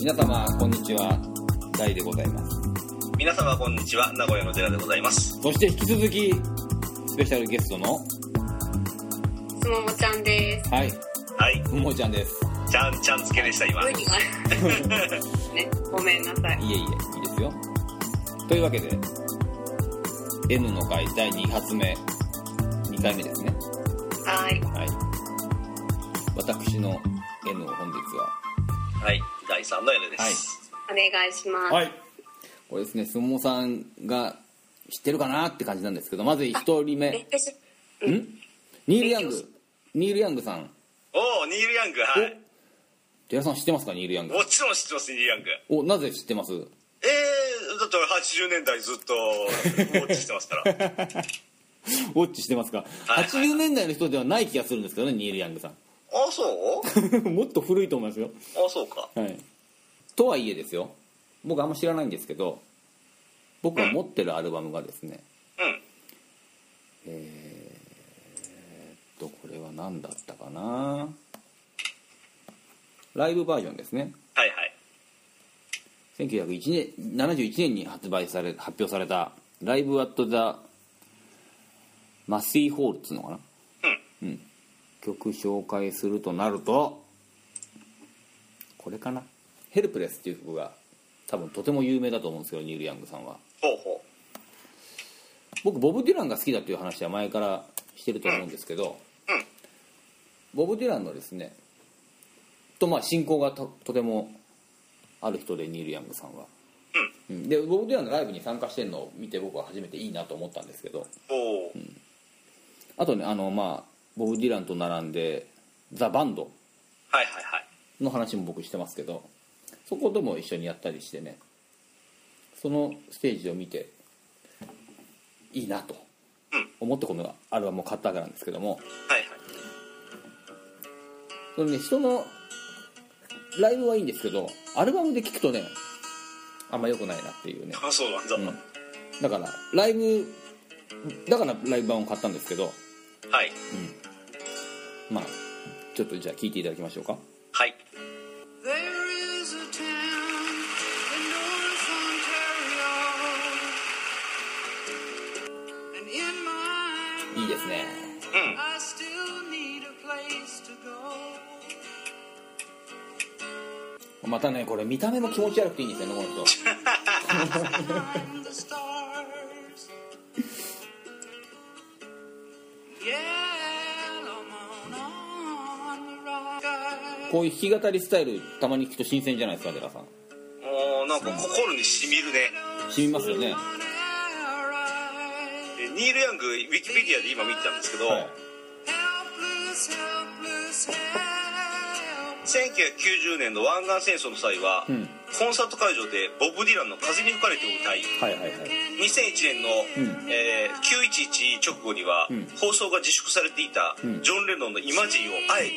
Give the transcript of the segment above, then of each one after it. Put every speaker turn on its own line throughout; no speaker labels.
皆様こんにちは大でございます
皆様こんにちは名古屋の寺でございます
そして引き続きスペシャルゲストの
すももちゃんです。
はい
はい
ももちゃんです
ちゃんちゃんつけでした今
無理がある。ね、ごめんなさい。
いえいえいいですよというわけで N の回第2発目2回目ですね
はい。
はい私の N を本日は
はい第3の N です、
お願いします。
はい。これですね、相撲さんが知ってるかなって感じなんですけど、まず1人
めっ
目、
ちゃし、
ニール・ヤン
勉強し
グ。ニール・ヤングさん。
おおニール・ヤングはい
寺田さん知ってますか、ニール・ヤング
も。ちろん知ってますニール・ヤング
お、なぜ知ってます
えー、だって俺80年代ずっとウォッチして ますから
ウォッチしてますか
はい
?80 年代の人ではない気がするんですけどね、ニール・ヤングさ。
あそうん
もっと古いと思いますよ。
あそうか
はい。とはいえですよ、僕あんま知らないんですけど、僕が持ってるアルバムがですね、
うん
えっと、これは何だったかなライブバージョンですね。
はいはい
1971年71年に発売され発表された「ライブ・アット・ザ・マスイ・ホール」っつうのかなうん、曲紹介するとなるとこれかな「ヘルプレス」っていう曲が多分とても有名だと思うんですけどニール・ヤングさんは
ほうほ
僕ボブ・ディランが好きだっていう話は前からしてると思うんですけど、
うんうん
ボブ・ディランのですねとまあ信仰がととてもある人でニール・ヤングさんは、うんでボブ・ディランのライブに参加してるのを見て僕は初めていいなと思ったんですけど
うおお、
あとねあのまあボブ・ディランと並んでザ・バンド
はいはいはい
の話も僕してますけどそことも一緒にやったりしてねそのステージを見ていいなと思ってこのアルバムを買ったわけなんですけども
はいはい
そのね人のライブはいいんですけどアルバムで聴くとねあんま良くないなっていうね、
あそうなんだ、
うんだからライブだからライブ版を買ったんですけど
はい
まあちょっとじゃあ聴いていただきましょうか
はい
There is a town in North Ontario, and in my
いいですね
I still need a place to go.
またねこれ見た目も気持ち悪くていいんですよねこの人
Find the stars. Yellow moon on the rock.
こういう弾き語りスタイルたまに聞くと新鮮じゃないですか寺さん
もうなんか心にしみるね
染みますよね
On our eyes.
えニール・ヤングウィキペディアで今見てたんですけど、
はい、
Helpless, helpless, helpless.
1990年の湾岸戦争の際は、
ん
コンサート会場でボブ・ディランの「風に吹かれて」を歌い
はいはいはい
2001年の、えー911直後には、放送が自粛されていた、ジョン・レノンの「イマジン」をあえて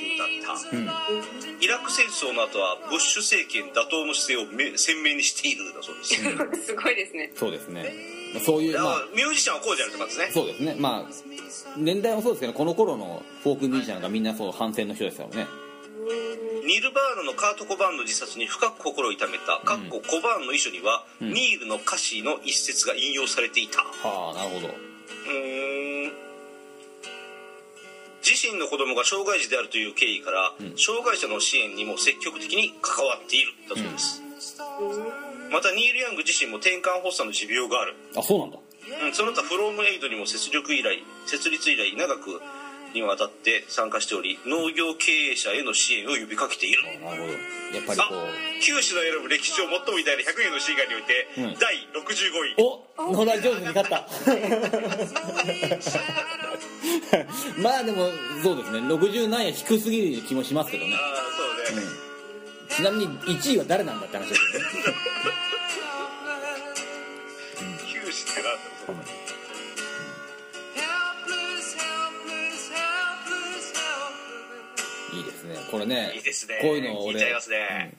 歌った、イラク戦争の後はブッシュ政権打倒の姿勢をめ鮮明にしているんだそうです、だか
すごいですね。
そうですねそういうまあ
らミュージシャンはこうじゃないとかですね
そうですねまあ年代もそうですけどこの頃のフォークミュージシャンがみんなそう反戦の人ですからね
ニール・バーノのカート・コバーンの自殺に深く心を痛めた、かっこコバーンの遺書には、ニールの歌詞の一節が引用されていた
はあなるほど
うーん自身の子供が障害児であるという経緯から、障害者の支援にも積極的に関わっているだそうです、またニール・ヤング自身も転換発作の持病がある、
あそうなんだ
うん、その他フロームエイドにも設立以来設立以来長くにわたって参加しており農業経営者への支援を呼びかけている
なるほどやっぱり
あ
こ
九州の選ぶ歴史上最も偉大な100年のシーガーにおいて、
うん
第65位
うお野田上手に勝った まあでもそうですね60何円低すぎる気もしますけどね
ああそうね、
ちなみに1位は誰なんだって話ですよね
九州ってなんだろう
Helpless, helpless, helpless, helpless.
いいですねこれね
いいですね
こういうの俺
聞いちゃいますね、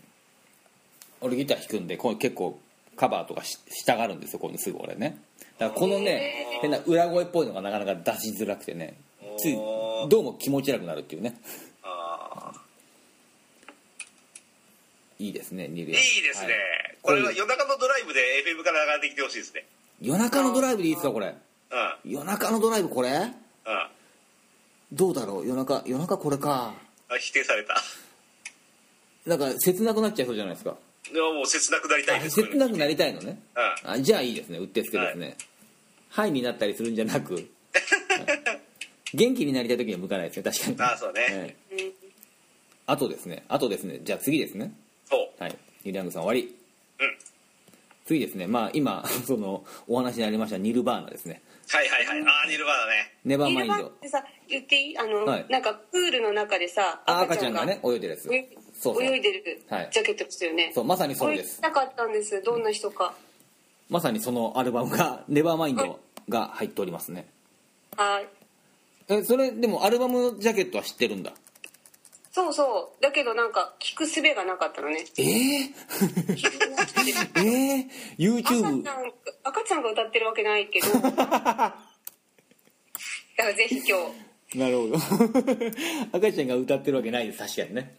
俺ギター弾くんでこう結構カバーとかししたがるんですよこういうのすぐ俺ねだからこのね変な裏声っぽいのがなかなか出しづらくてねつい
おー
どうも気持ち悪くなるっていうね
ああ
いいですねニル
いい
ヤ
ですね、これは夜中のドライブで FM から流れてきてほしいですね
夜中のドライブでいいですかこれ
うんう
夜中のドライブこれ
ん
どうだろう夜中夜中これか
あ否定された
なんか切なくなっちゃいそうじゃないですか
でももう切なくなりたいです
切なくなりたいのね
う
あじゃあいいですねうってつけですね「はい」になったりするんじゃなくはい元気になりたい時には向かないですね確かに
あそうね
はいあとですねあとですねじゃあ次ですね
そう
はいニルヤングさん終わり
うん
次ですねまあ今 そのお話にありましたニルバーナですね
はいはいはいああニルバーナね
ネバー
ニ
マ
ル
イン
バ
ド
ってさ言っていいあの、
はい
なんかプールの中でさ
あ赤ちゃんがね泳いでるやつ
泳い
そうそう
泳いでる
はい
ジャケットですよね、
そうまさにそうです
これなかったんですどんな人か、
まさにそのアルバムが「ネバーマインド」が入っておりますね
はい
えそれでもアルバムのジャケットは知ってるんだ
そうそうだけどなんか聞く術がなかったの ね
えー、えー、
赤ちゃん
YouTube
赤ちゃんが歌ってるわけないけど だからぜひ今
なるほど 赤ちゃんが歌ってるわけないです確かにね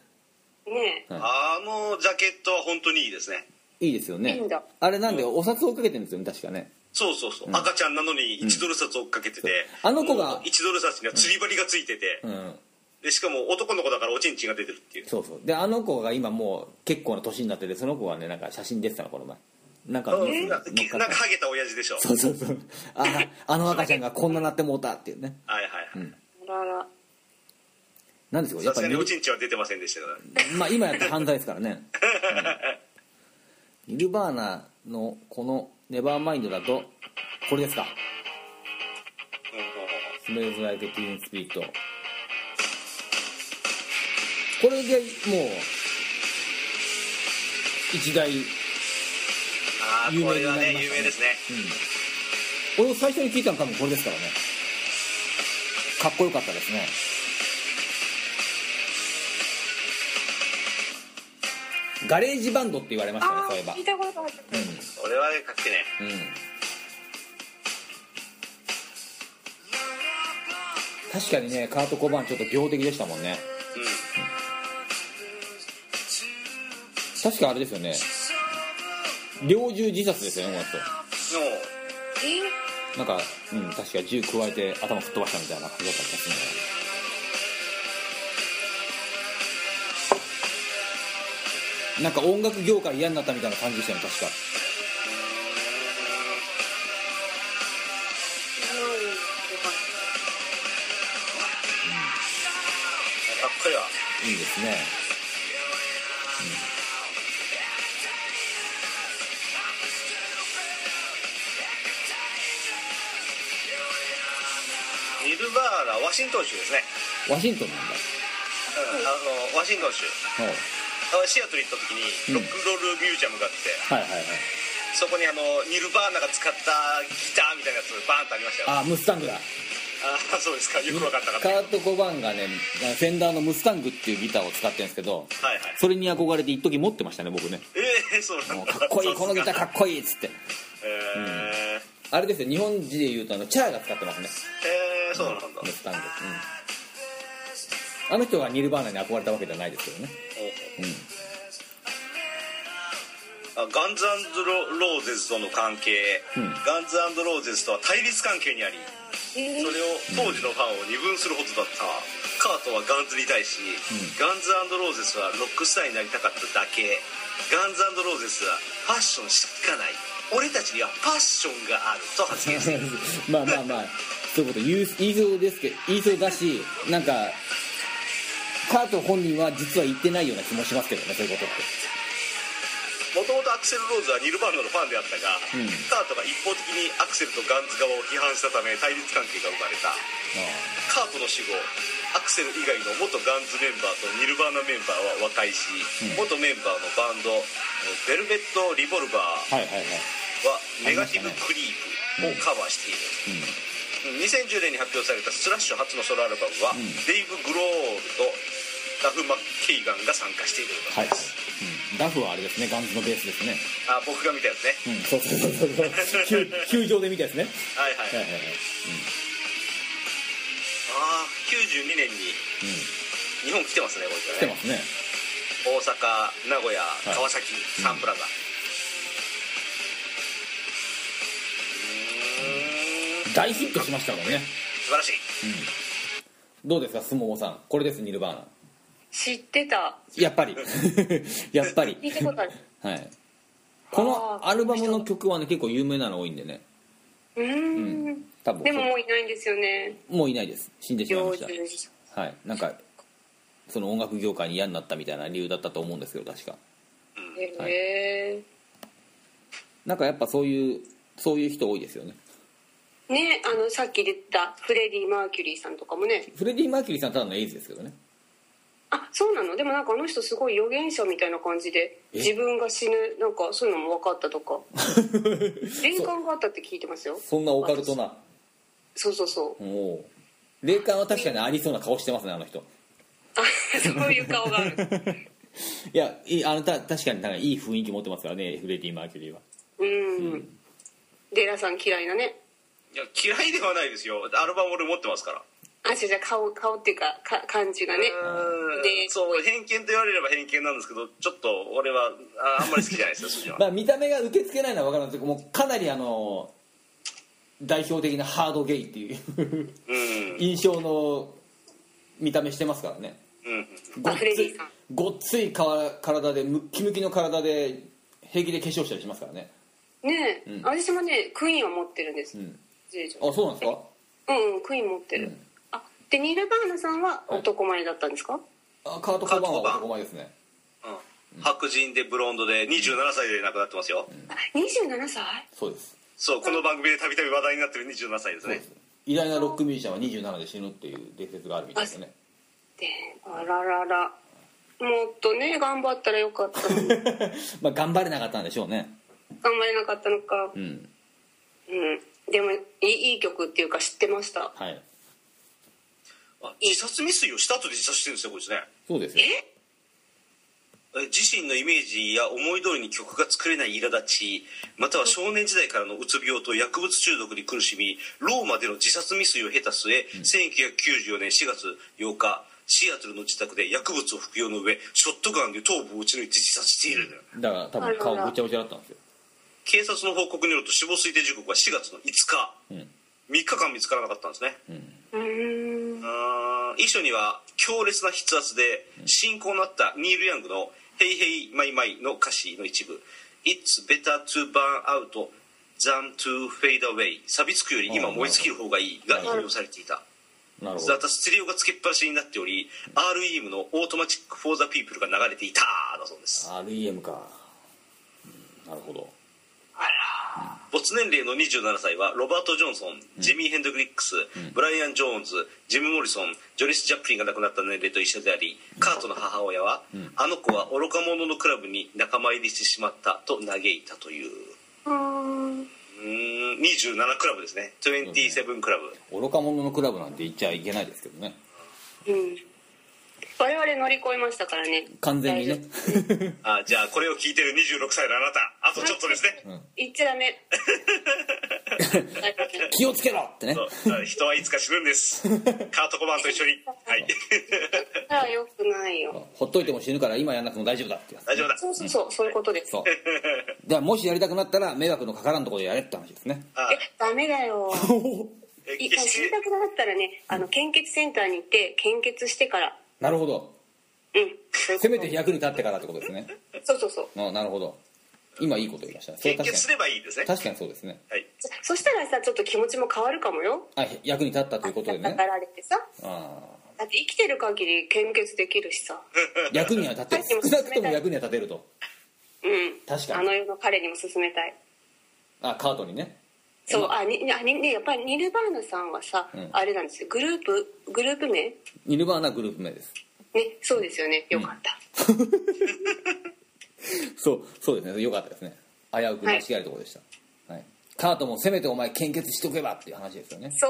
日ね
はい
あのジャケットは本当にいいですね
いいですよね
いいんだ
あれなんでお札をかけてるんですよね確かね
そうそうそう、赤ちゃんなのに1ドル札追っかけてて、
うんあの子が
もう1ドル札には釣り針がついてて、
うん
でしかも男の子だからおちんちんが出てるっていう
そうそうであの子が今もう結構な年になっててその子がねなんか写真出てたのこの前なんか
あの
ニュースに
な
乗っか
なん
っ
か
た
ハゲた親父でしょ
そうそうそうああの赤ちゃんがこんななってもうたっていうね
はいはいはい
あらあら
なんですよや
さ
っぱ
すが
り
に
ニ
お
ル
ちんちんは出てませんでしたから
まあ今やったら犯罪ですからね、うんニルバーナのこの「ネバーマインド」だとこれですか
うんうんうん
スメルズ・ライト・ティーン・スピリットこれでもう一大
ああ
有名
これは
になりましたね
ね有名ですね
俺を最初に聞いたの多分これですからねかっこよかったですねガレージバンドって言われましたね
あ
そういえば
ー聞いたことある
これはかっけね
うん、うん、確かにねカート・コバーンちょっと病的でしたもんね
うん
確かあれですよね猟銃自殺ですよねこの人
の
え
なんか、うん、確か銃加えて頭吹っ飛ばしたみたいな感じだった気がするんだよねなんか音楽業界嫌になったみたいな感じでしたよね確か
かっこいいわ
いいですね、
ニルバーナワシントン州ですね、
ワシントンなんだ
うん、あのワシントン州
はい
あシアトル行った時にロックンロールミュージアムがあって、
はいはいはい
そこにあのニルバーナが使ったギターみたいなやつバーンとありましたよあ
あムスタングだ
あそうですかよく分かったかっ
カ
た
ート・コバーンがねあのフェンダーのムスタングっていうギターを使ってるんですけど
はいはい
それに憧れて一時持ってましたね僕ね
ええそうな
も
ん
う
だ
かっこいいこのギターかっこいいっつって
えー
あれですよ日本人でいうとあのチャーが使ってますね
えー、そうなんだ、
ムスタング、うん、あの人がニルバーナに憧れたわけじゃないですけどね
あガンズロローゼズとの関係、
うん
ガンズローゼズとは対立関係にあり
ー、え
それを当時のファンを二分するほどだったカートはガンズに対し、ガンズローゼスはロックスターになりたかっただけガンズローゼスはファッションしかない俺たちにはファッションがあると発言している
まあまあまあそういうこと言う言いそうですけど言いそうだしなんかカート本人は実は言ってないような気もしますけどねそういうことって
もともとアクセル・ローズはニルバーナのファンであったが、
うん
カートが一方的にアクセルとガンズ側を批判したため対立関係が生まれたカートの死後アクセル以外の元ガンズメンバーとニルバーナメンバーは和解し、元メンバーのバンド「ベルベット・リボルバー」
はいはいはい
は「ネガティブ・クリープ」をカバーしている、2010年に発表されたスラッシュ初のソロアルバムは、デイブ・グロールとラフ・マッケイガンが参加しているの
はい、
で
う
す、
ん、ダフはあれですねガンズのベースですね
あ僕が見たやつね
うんそうそうそう そう球球場で見たやつね
はいはい、
はいはいはい
ああ92年に
うん
日本来てますねこいつ
来
は
て
ね
ますね
大阪名古屋
い
川崎、サンプラザうーん
大ヒットしましたもんね
素晴らしい
どうですかスモモさんこれですニルバーナ
知ってた
やっぱり やっぱり
聞いたことある
はいこ
あ
の
ー
アルバムの曲はね結構有名なの多いんでね
うーん
多分
でももういないんですよね
もういないです死んでしまいま
上
し
手
たはいなんかその音楽業界に嫌になったみたいな理由だったと思うんですけど確か
へえ
なんかやっぱそういうそういう人多いですよね
ねあのさっき出たフレディ・マーキュリーさんとかもね
フレディ・マーキュリーさんはただのエイズですけ どね
あそうなのでもなんかあの人すごい予言者みたいな感じで
え
自分が死ぬなんかそういうのも分かったと か霊感があったって聞いてますよ
そんなオカルトな
そうそうそう
おお霊感は確かにありそうな顔してますねあの人
あそういう顔がある
いやいいあのた確かになんかいい雰囲気持ってますからねフレディ・マーキュリーは
うんデラさん嫌いなね
いや嫌いではないですよアルバム俺持ってますから
あ違う違う顔顔っていうかか感じがね
うん
で
そう偏見と言われれば偏見なんですけどちょっと俺はああんまり好きじゃ ないですよそれは
まあ見た目が受け付けないのは分かるんですけどもうかなりあの代表的なハードゲイっていう
うん
印象の見た目してますからね
うん
ごっ
フレ
つ
デ
い
ィさん
ごっついか体でムッキムキの体で平気で化粧したりしますからね
ねえ、
うん
私もねクイーンは持ってるんです、
うん
十条
あそうなんですか
うんうんクイーン持ってる、
うん
あでニルバーナさんは男前だったんですか、
あカート・コバーンは男前ですね
うん白人でブロンドで27歳で亡くなってますよ、
あ27歳
そうです
そうこの番組でたびたび話題になってる27歳です
そう
ね
です偉大なロックミュージシャンは27で死ぬっていう伝説があるみたいですね
であらららもっとね頑張ったらよ かったのに頑
まあ頑張れなかったんでしょうね
張れなかったのか
うん
うんでもいいいい曲っていうか知ってました
はい
あ自殺未遂をした後で自殺してるんですよこいつね
そうですよ
え自身のイメージや思い通りに曲が作れない苛立ちまたは少年時代からのうつ病と薬物中毒に苦しみローマでの自殺未遂を経た末、1994年4月8日シアトルの自宅で薬物を服用の上ショットガンで頭部を撃ち抜いて自殺している、
だから多分顔ごちゃごちゃだったんですよ
警察の報告によると死亡推定時刻は4月の5日、
ん
3日間見つからなかったんですね、
うーん
うーん遺書には強烈な筆圧で親交のあったニール・ヤングの「ヘイヘイマイマイ」の歌詞の一部「It's better to burn out than to fade away」錆びつくより今燃え尽きる方がいいが引用されていた
なるほ
ま
ど
たステレオがつけっぱなしになっており REM の「オートマチック・フォー・ザ・ピープル」が流れていただそうです
REM か、うんなるほど
没年齢の27歳はロバート・ジョンソン、ジミー・ヘンドクリックス、ブライアン・ジョーンズジム・モリソンジョリス・ジャップリンが亡くなった年齢と一緒でありカートの母親は、あの子は愚か者のクラブに仲間入りしてしまったと嘆いたという
うーん
うーん27クラブですね27クラブ、
愚か者のクラブなんて言っちゃいけないですけどね
うん我々乗り越えましたからね
完全にね
大丈
あじゃあこれを聞いてる26歳のあなたあとちょっとですね、
夫言っちゃダメ大丈夫
気をつけろってね
そう人はいつか死ぬんです カート・コバーンと一緒にはい
それは良くないよ
ほっといても死ぬから今やんなくても大丈夫だってやつ
大丈夫だ
そうそうそう、そういうことです。
そうだからもしやりたくなったら迷惑のかからんところでやれって話ですね
あ
え、ダメだよ。
え
い
決
あ
し
死に
て
たくなかったらね、あの献血センターに行って献血してから、
なるほど
うん、そういうこ
せめて役に立ってからってことですね
とそうそうそう。
あなるほど今いいこと言いましたねそれ
献
確
血
か
すればいいですね
に確かにそうですね
はい
そしたらさ、ちょっと気持ちも変わるかもよ。
あ役に立ったということで
だ
ね
かられてさ、
あ
だって生きてる限り献血できるしさ、
ー役には立てる少なくとも役には立てると
うん。
確か
あ
に
の世の彼にも勧めたい。
あカートにね
そう、あ、に、あに、ね、やっぱりニルバーナさんはさ、
うん
あれなんですよ。グループ、グループ名ね、
ニルバーナグループ名です
そうですよね。よかった。
そうそうですねよかったですね危うく間違えるところでした、はいカートもせめてお前献血しとけばっていう話ですよね
そ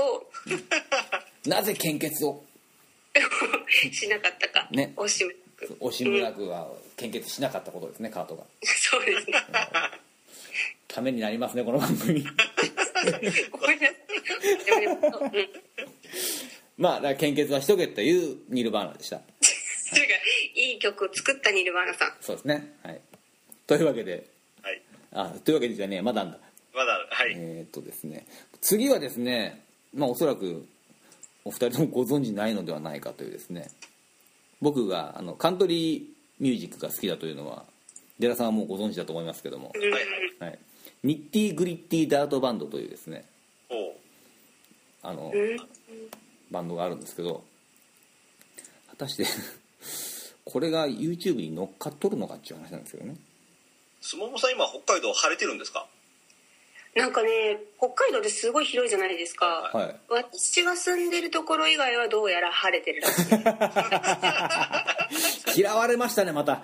う。
なぜ献血を
しなかったか。
ね
惜しむ。
惜しむなくは献血しなかったことですねカートが
そうですね。
ためになりますねこの番組
ごめんなさい。でもね、うん、違う。
まあだから献血はしとけっていうニルバーナでした
いい曲を作ったニルバーナさん
そうですねはいというわけで
はい
あというわけでじゃねえまだあんだ
まだはい、
えーっとですね次はですねまあおそらくお二人ともご存知ないのではないかというですね僕があのカントリーミュージックが好きだというのはデラさんはもうご存知だと思いますけども、
うん
はいはい
はい、ニッティ・グリッティ・ダートバンドというですね
おう
あの
うん
バンドがあるんですけど果たして これが YouTube に乗っかっとるのかっていう話なんですけどね
すももさん今北海道晴れてるんですか
なんかね北海道ですごい広いじゃないですか、
はい
私が住んでるところ以外はどうやら晴れてるらしい
嫌われましたねまた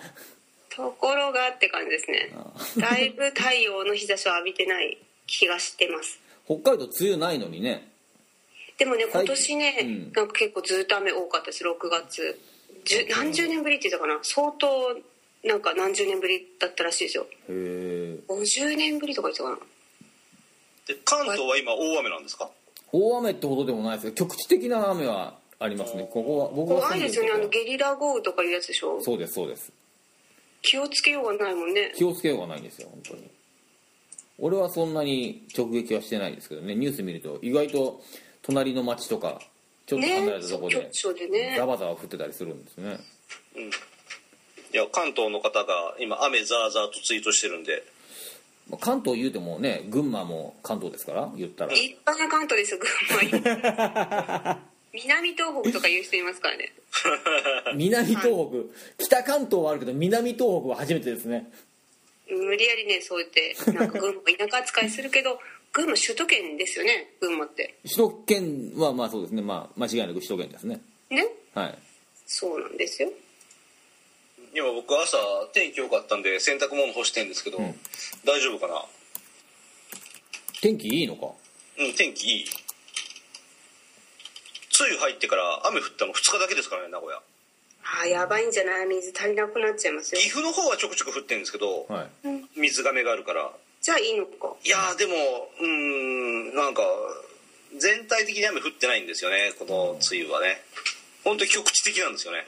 ところがって感じですね
あ
だいぶ太陽の日差しを浴びてない気がしてます
北海道梅雨ないのにね
でもね
最近
今年ね、
うん
なんか結構ずっと雨多かったです6月じゅ何十年ぶりって言ったかな相当なんか何十年ぶりだったらしいですよ
へえ
50年ぶりとか言ってたかな
で関東は今大雨なんですか
大雨ってほどでもないですけど局地的な雨はありますねここは僕が
怖
住
い
ん
です
る
よねあ
とこ
のゲリラ豪雨とかいうやつでしょ
そうですそうです
気をつけようがないもんね
気をつけようがないんですよ本当に俺はそんなに直撃はしてないですけどねニュース見ると意外と隣の町とかちょっと離れ
ね
た
そ
とこ
う
ろで
局所でね
ざわざわ降ってたりするんですね
いや関東の方が今雨ザーザーとツイートしてるんで
まあ関東言うてもね群馬も関東ですから言ったら
一般な関東ですよ群馬 南東北とか言う人いますからね
南東北北関東はあるけど南東北は初めてですね
無理やりねそう言ってなんか群馬田舎扱いするけど群馬首都圏ですよね群馬って
首都圏はまあそうですねまあ間違いなく首都圏ですね
ね
はい
そうなんですよ
今僕朝天気良かったんで洗濯物干してるんですけど、
うん
大丈夫かな
天気いいのか
うん天気いい梅雨入ってから雨降ったの2日だけですからね名古屋
ああやばいんじゃない水足りなくなっちゃいますよ
岐阜の方はちょくちょく降ってるんですけど、
はい
水がめがあるから
じゃあいいのか
いやーでもうーんなんか全体的に雨降ってないんですよねこの梅雨はね本当に局地的なんですよね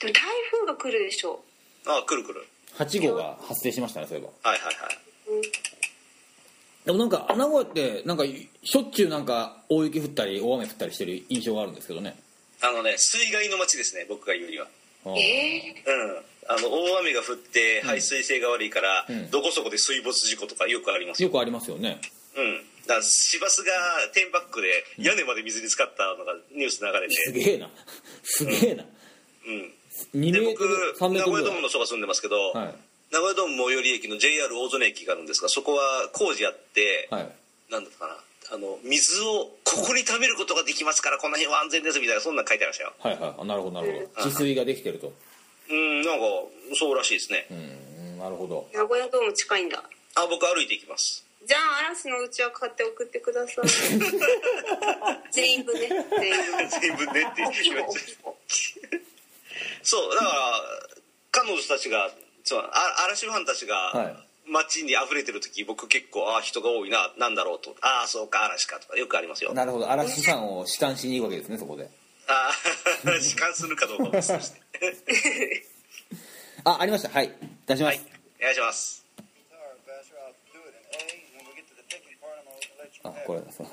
でも台風が来るでしょ
ああ来る来る
8号が発生しましたねそういえば
はいはいはい
でもなんか名古屋ってなんかしょっちゅうなんか大雪降ったり大雨降ったりしてる印象があるんですけどね
あのね水害の街ですね僕が言うには
あー
ええ
うんあの大雨が降って排水性が悪いから、
うん
どこそこで水没事故とかよくありますよ
よくありますよね
うんだから市バスがテンバックで屋根まで水に浸かったのがニュース流れ
す
て、
げえなすげえな2
うん、
メ
で
ー
僕
トル3メ
名
ートルぐ
古屋ド
ら
ーム
い
の人が住んでますけど、
は
名古屋ドーム最寄り駅の JR 大曽根駅があるんですがそこは工事やって、
いはい
なんだったかなあの水をここに貯めることができますからこの辺は安全ですみたいなそんなん書いてありましたよ
はいはいあなるほどなるほど治水ができてると
うんなんかそうらしいですね、
うんなるほど
名古屋ドーム近いんだ
あ僕歩いていきます
じゃあ嵐のうちは買って送ってくだ さい全員分ね全員分
全部ねって言っ
大
て
きい
しま
方
っ
大
て
きい方
そうだから彼女たちがそうあ嵐ファンたち
はい
が街に溢れてる時僕結構ああ人が多いななんだろうとああそうか嵐かとかよくありますよあ
なるほど嵐さんを弛緩しに行くわけですねそこで
あ 時間するかどうかは別として
あありましたはい出しま
は
す、
いお願いします
あこれだそう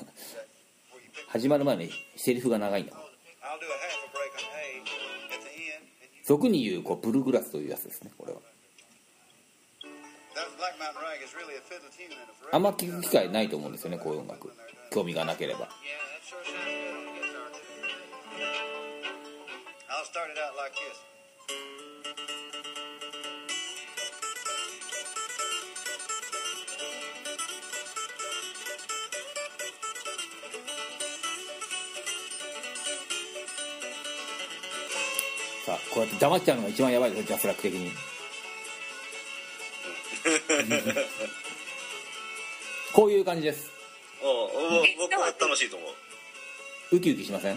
始まる前にセリフが長いんだ
I'll do a half a break on A at the end, and you,
俗に言うこうブルーグラスというやつですねこれは
that Black Mountain Rag is really a fiddle tune and a
あん
forever.
ま聞く機会ないと思うんですよねこういう音楽興味がなければ
Yeah, that sure sounds good on the guitar. I'll start it out like this.
さあこうやって黙っちゃうのが一番やばいですよジャスラック的にこういう感じです
おうおう僕は楽しいと思う
ウキウキしません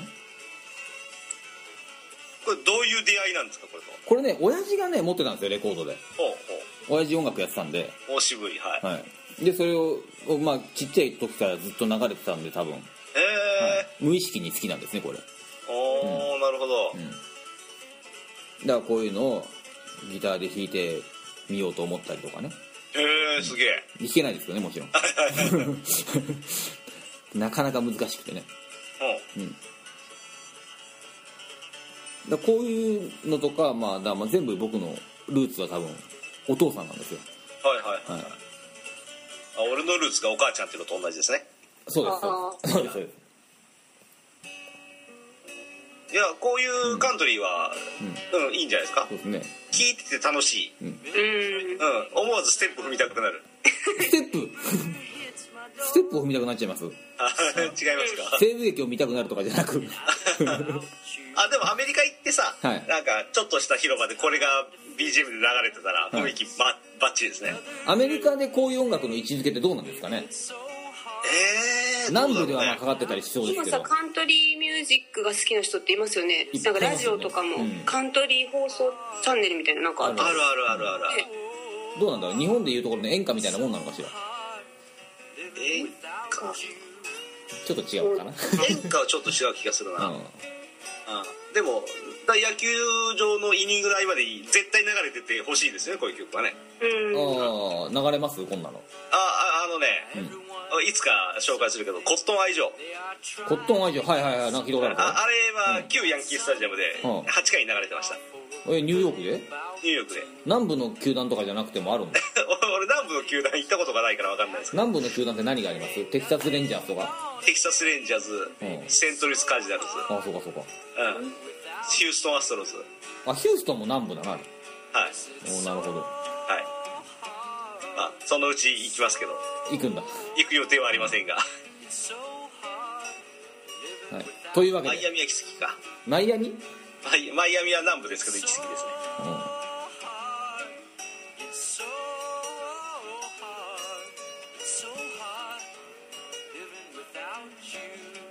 これどういう出会いなんですかこれと
これね親父がね持ってたんですよレコードで
おう
親父音楽やってたんで、
おうおう渋いはい、
はい、でそれを、まあ、ちっちゃい時からずっと流れてたんで多分、
ええ
無意識に好きなんですねこれ
おお、なるほど、
だからこういうのをギターで弾いてみようと思ったりとかね
へえすげえ
弾けないですけどねもちろん なかなか難しくてね
う
だからこういうのとか,、まあ、だからまあ全部僕のルーツは多分お父さんなんですよ、
んはいはいはい、
はい、
あ俺のルーツがお母ちゃんっていうのと同じですね
そうで
あ
すそうですそうです
いやこういうカントリーは、うんいいんじゃないですか
そうですね
聞いてて楽しい、
うん
うん、思わずステップ踏みたくなる
ステップステップを踏みたくなっちゃいます
あ違いますか
西部劇を見たくなるとかじゃなく
あでもアメリカ行ってさ、
はい
なんかちょっとした広場でこれが BGM で流れてたら
い
雰囲気ば,、バッチリですね
アメリカでこういう音楽の位置づけってどうなんですかね
ええー、
南部では
どうだ
まあ
ろう
かかってたりしそうです
今
け
さ
ど
カントリーミュージックが好きな人っていますよね
いっぱ
な
いま
いんか
すね
ラジオとかも、
うん
カントリー放送チャンネルみたいななんかあっ
ね
た
あるあるあるあるある
どうなんだろう日本でいうところの演歌みたいなもんなのかしら
え
ちょっと違うかな、
演歌はちょっと違う気がするな、
う
うん
ん、
でもだ野球場のイニングの合間で絶対流れててほしいですねこういう曲はね
あ
うん
あ流れますこんなの
あああのね、いつか紹介するけど「コットン愛情」
コットン愛情はいはいはいなんか聞いたことあるか
ああれは旧ヤンキースタジアムで
うん
8回に流れてました
らえニューヨークで
ニューヨークで
南部の球団とかじゃなくてもあるんだ
俺南部の球団行ったことがないから分かんないですけ
南部の球団って何がありますテキサスレンジャーズとか
どテキサス・レンジャーズ、
うん
セントルイス・カージナルズ、
ああそうかそうか
うん、ヒューストン・アストロズはい
あヒューストンも南部だなあれ
は
おーなるほど
いまあそのうち行きますけど
行くんだ、は
行く予定はありませんが
い、というわけ
マイア
で
ミは行き過ぎか
マイアミ
マイマイアミは南部ですけど行き過ぎですね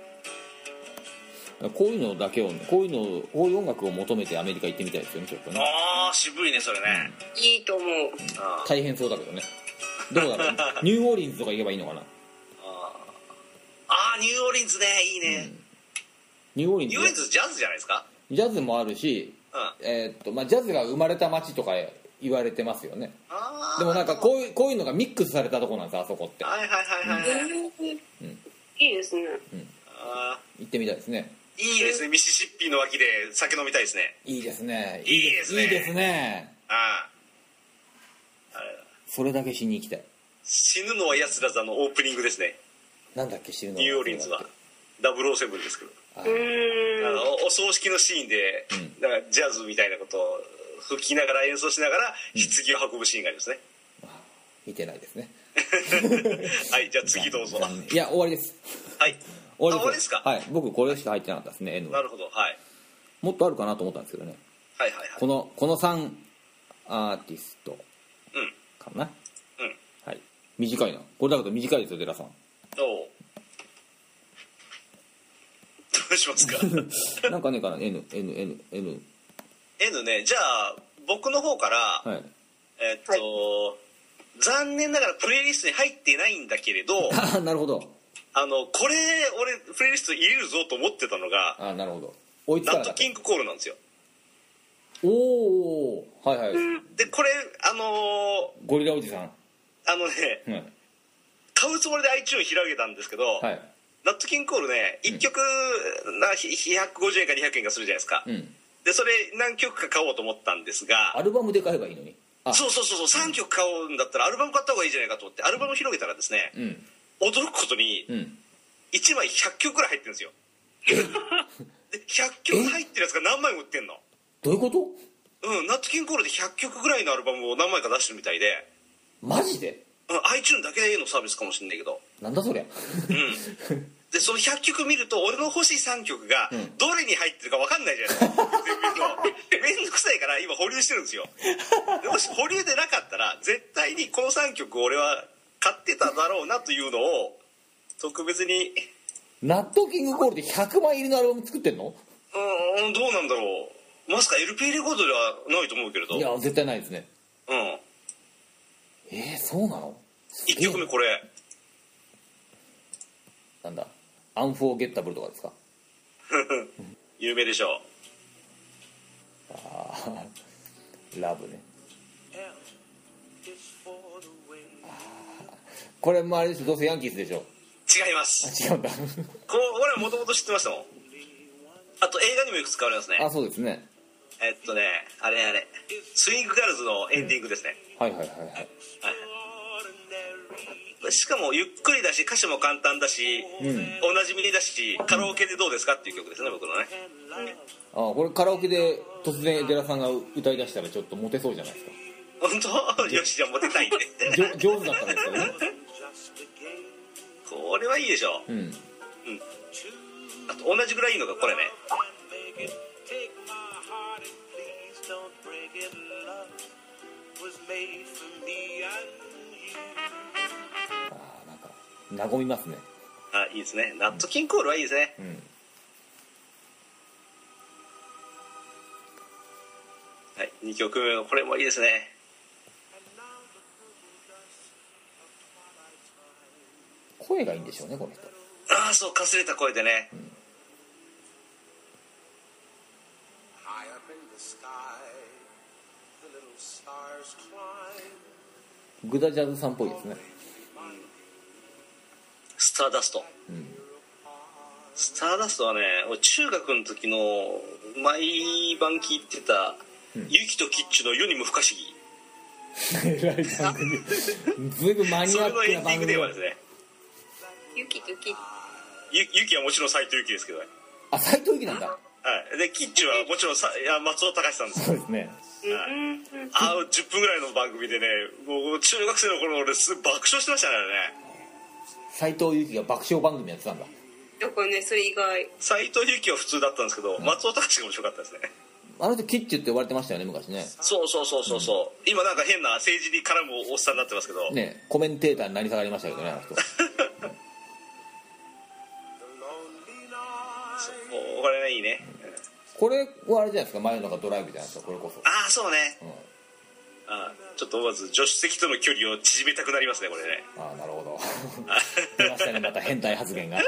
うんこういうのだけをねこういうのをこういう音楽を求めてアメリカ行ってみたいですよねちょっとね
ああ渋いねそれね、
いいと思う
あー
大変そうだけどねどうだろう ニューオーリンズとか行けばいいのかな
あーニューオーリンズねいいね、
ニューオーリン
ニューオーリン
ズ
ズジャズじゃないですか
ジャズもあるし、
うん
えーっとまあ、ジャズが生まれた街とか言われてますよね
あー
でもなんかこういうこういうのがミックスされたとこなんですあそこって
はいはいはいはい、
いいですね
あー
行ってみたいですね
いいですねミシシッピの脇で酒飲みたいですね
いいですね
いいですね
いいですね
あああれ
それだけしに行きたい
死ぬのは奴らざのオープニングですね
なんだっけ知るの
ニューオーリンズは007ですけど
あ
う
ー
あ
ん
のお葬式のシーンで、
うん
なんかジャズみたいなことを吹きながら演奏しながら棺を運ぶシーンがあ りますね、
見てないですね
はいじゃあ次どうぞはい
いや終わりです
あ
終
終わ
わり
りで
ですす
か、
はい僕これしか入ってなかったですね N
な
は
るほど、はい、
もっとあるかなと思ったんですけどね
はいはいはい
このこの3アーティスト
うん
かな
うん
はい短いなこれだけど短いですよ寺さん
どう どうします か
なんかねえかな NNNN
N ねじゃあ僕の方から、
はい
えっと、残念ながらプレイリストに入ってないんだけれど
あーなるほど
あのこれ俺プレイリスト入れるぞと思ってたのが
あーなるほど追いつか
ナ
な
ッ
か
ト
っ
キ
た
ングコールなんですよ
おおーはいはい
でこれあの
ゴリラおじさん
ーあのね
はい
買うつもりで iTunes 開けたんですけど、
はい
ナットキングコールね1曲なひ150円か200円かするじゃないですか、
うん
でそれ何曲か買おうと思ったんですが
アルバムで買えばいいのにあ
そうそうそうそう3曲買うんだったらアルバム買った方がいいじゃないかと思ってアルバム広げたらですね
うん
驚くことに
うん
1枚100曲ぐらい入ってるんですよで100曲入ってるやつが何枚も売ってんの
どういうこと
うんナットキングコールで100曲ぐらいのアルバムを何枚か出してるみたいで、
マジで
うん、iTunes だけでのサービスかもしれないけど
なんだそりゃ
うんでその100曲見ると俺の欲しい3曲が
ん
どれに入ってるか分かんないじゃないですか全部の面倒くさいから今保留してるんですよでもし保留でなかったら絶対にこの3曲俺は買ってただろうなというのを特別に
ナットキングコールで100枚入りのアルバム作ってんの
うんどうなんだろうまさか LP レコードではないと思うけれど、う
い
ん、
や絶対ないですね
1
えー、そうなのすげえ
曲目これ
なんだアンフォーゲッタブルとかですか
有名でしょう
あーラブね
L is for the way.
これもあれでしょどうせヤンキースでしょ
違います
違うんだ
こ俺はもともと知ってましたもんあと映画にもいくつかありますね
あそうですね
えっとねあれあれスイングガールズのエンディングですね、
はいはいはいはい
しかもゆっくりだし歌詞も簡単だし、
ん
おなじみだしカラオケでどうですかっていう曲ですね僕のね
あこれカラオケで突然寺さんが歌いだしたらちょっとモテそうじゃないですか
本当よしじゃあモテたいんで
じょ上手だったんですよね
Just a game
これはいいでしょ
うん
あと同じぐらいいいのがこれね
and make it. Take my heart and please don't break it. Love was made for me and you.
あーなんか和みますね
あいいですねナットキンコールはいいですね
うん
はい2曲目のこれもいいですね
And now the
声
purple dust of twilight time.
がいいんでしょうねこの人
ああそうかすれた声でね
High up in the sky, the little stars climb.
グダジャズさんっぽい ですね
スターダスト
うん
スターダストはね俺中学の時の毎晩聴いてた「ユキとキッチュの世にも不可思議
偉い番組ずいぶんマ」ニ
そ
ア
れ
ッ
の
ク
エ
な
ンディ
番
ング
組
ではですね
ユキとキッ
ゆユキはもちろん斎藤由貴ですけどね
あ斎藤由貴なんだ
はい、でキッチュ はもちろんさいや松尾隆さんです
そうですね
あの10分ぐらいの番組でねもう中学生の頃俺す爆笑してましたねあれね
斎藤由貴が爆笑番組やってたんだ
だからねそれ以外
斎藤由貴は普通だったんですけど、松尾隆が面白かったですね
あの人キッチュって呼ばれてましたよね昔ね
そうそうそうそうそう、今なんか変な政治に絡むおっさんになってますけど、
ねコメンテーターになり下がりましたけどねあの人
The lonely night.
もうこれねいいね、
これはあれじゃないですか真夜中ドライブじゃないですかこれこそ
ああそうね、
うん
あーちょっとまず助手席との距離を縮めたくなりますねこれね
ああなるほど 出ましたねまた変態発言が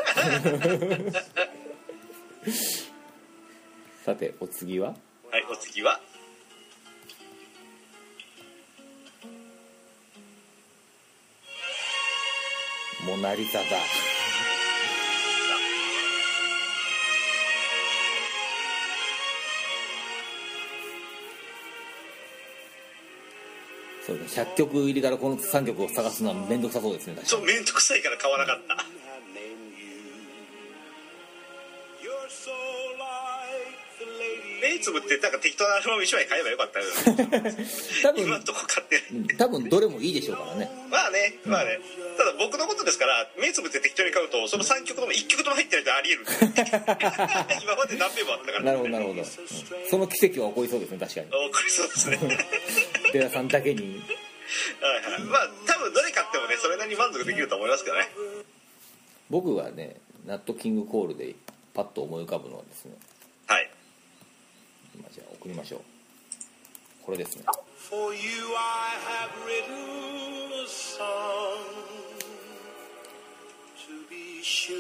さてお次は
はいお次は
「モナ・リザだ」そうね100曲入りからこの3曲を探すのは面倒くさそうですね確
ち
か
ょっと面倒くさいから買わなかった
have named you. You're so like the lady.
目つぶってなんか適当なアルバム1枚買えばよかったよ
多
今ん
分
とこ買ってない
多分どれもいいでしょうからね
まあねまあねただ僕のことですから目つぶって適当に買うとその3曲とも1曲とも入ってないとありえるんで 今まで何名もあったから
なるほどなるほど、うんその奇跡は起こりそうですね確かに
おこれそうですねはい、
寺さんだけに
はい、まあ多分どれ買ってもねそれなりに満足できると思いますけどね
僕がねナットキングコールでパッと思い浮かぶのはですね
はい
今じゃあ送りましょうこれですね
For you, I have written a song. To be sure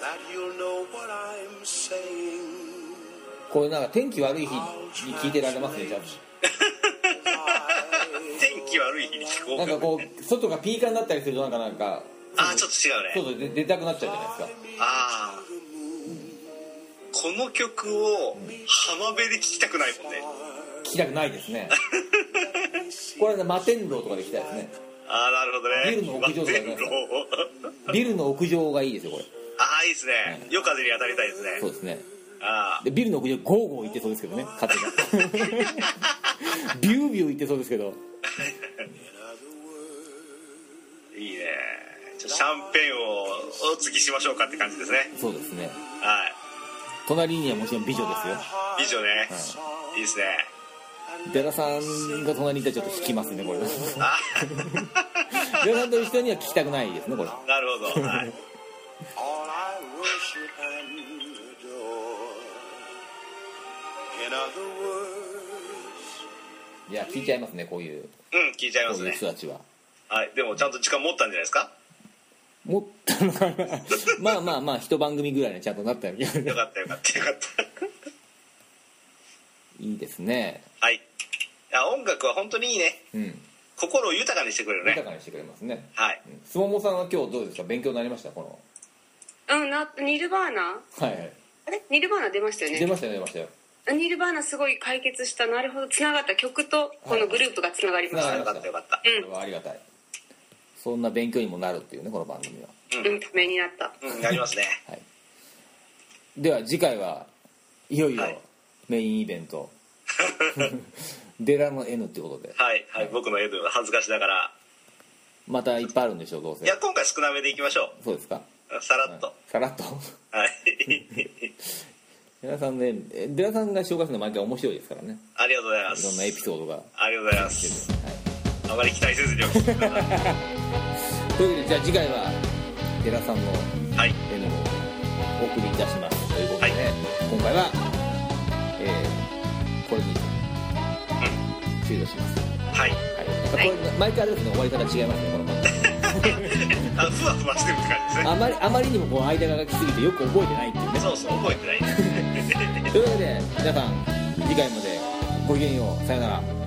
that you'll know what I'm saying.
これなんか天気悪い日に聞いてられますねちゃんと
I
天気悪い日に聞こ
なんか
うか
こう外がピーカーになったりするとなんかなんか
ああちょっと違う
外で
ね
出たくなっちゃうじゃないですか
Ah, ああこの曲を浜辺で聴きたくないもんね
聞きたくないですねこれね摩天楼とかで聞きたいですね
ああなるほどね
ビルの屋上とかね
全路を
ビルの屋上がいいですよこれ
ああいいですね夜風に当たりたいですね
そうですね
あ
でビルの屋上ゴーゴー言ってそうですけどね風がビュービュー言ってそうですけど
Another word.
あいいねちょシャンペーンをお継ぎしましょうかって感じですね
そうですね
はい
隣にはもちろん美女ですよ
以上ね、いいですね
デラさんが隣にいたらちょっと引きますね これデラさんと一緒には聞きたくないですねこれ
なるほ ど、はい、
All I worship and adore. In other words,
いや聞いちゃいますねこういう
うん聞いちゃいま
こう
す
いう
ね
人たちは
はいでもちゃんと時間持ったんじゃないですか
もったのかなまあまあまあ一番組ぐらいにちゃんとなったような気がする
よかったよかったよかっ
いいですね
たはいや音楽は本当にいいね
うん
心を豊かにしてくれる
豊
ね
かにしてくれますね
はい
うんすももさんは今日どうですか勉強になりましたこの
うんなニルバーナ
はいはい
あれニルバーナ出ましたよ
出
ね
ましたよ出ましたよ
ニルバーナすごい解決したなるほどつながった曲とこのグループがつながりまし
は
た、
い
よかったよかった
これはありがたいそんな勉強にもなるっていうねこの番組は
うんためになった
うんやり ますね
はいでは次回はいよいよ
はい
メインイベント、デラの N ってことで
はいはい僕のエドは恥ずかしながら
またいっぱいあるんでしょうどうせ
いや今回少なめでいきましょ
そうですか
うさらっと
さらっと
はい
デラさんねえデラさんが紹介するの毎回面白いですからね
ありがとうございま
いろんなエピ
す
ソードが
ありがとうございま
出
す
てる、はい
あまり期待せずにお聞きください
というわけでじゃあ次回はデラさんの
はい
N をお送りいたしますということで、
は
今回は、えーこれに終了します、
はい
はい、これ毎回あれですね終わり方違いますねこの番組
あふわふわしてるって感じですね
あまりあまりにもこう間が空きすぎてよく覚えてないっていうね
そうそう覚えてないね
というわけで皆さん次回までごきげんようさよなら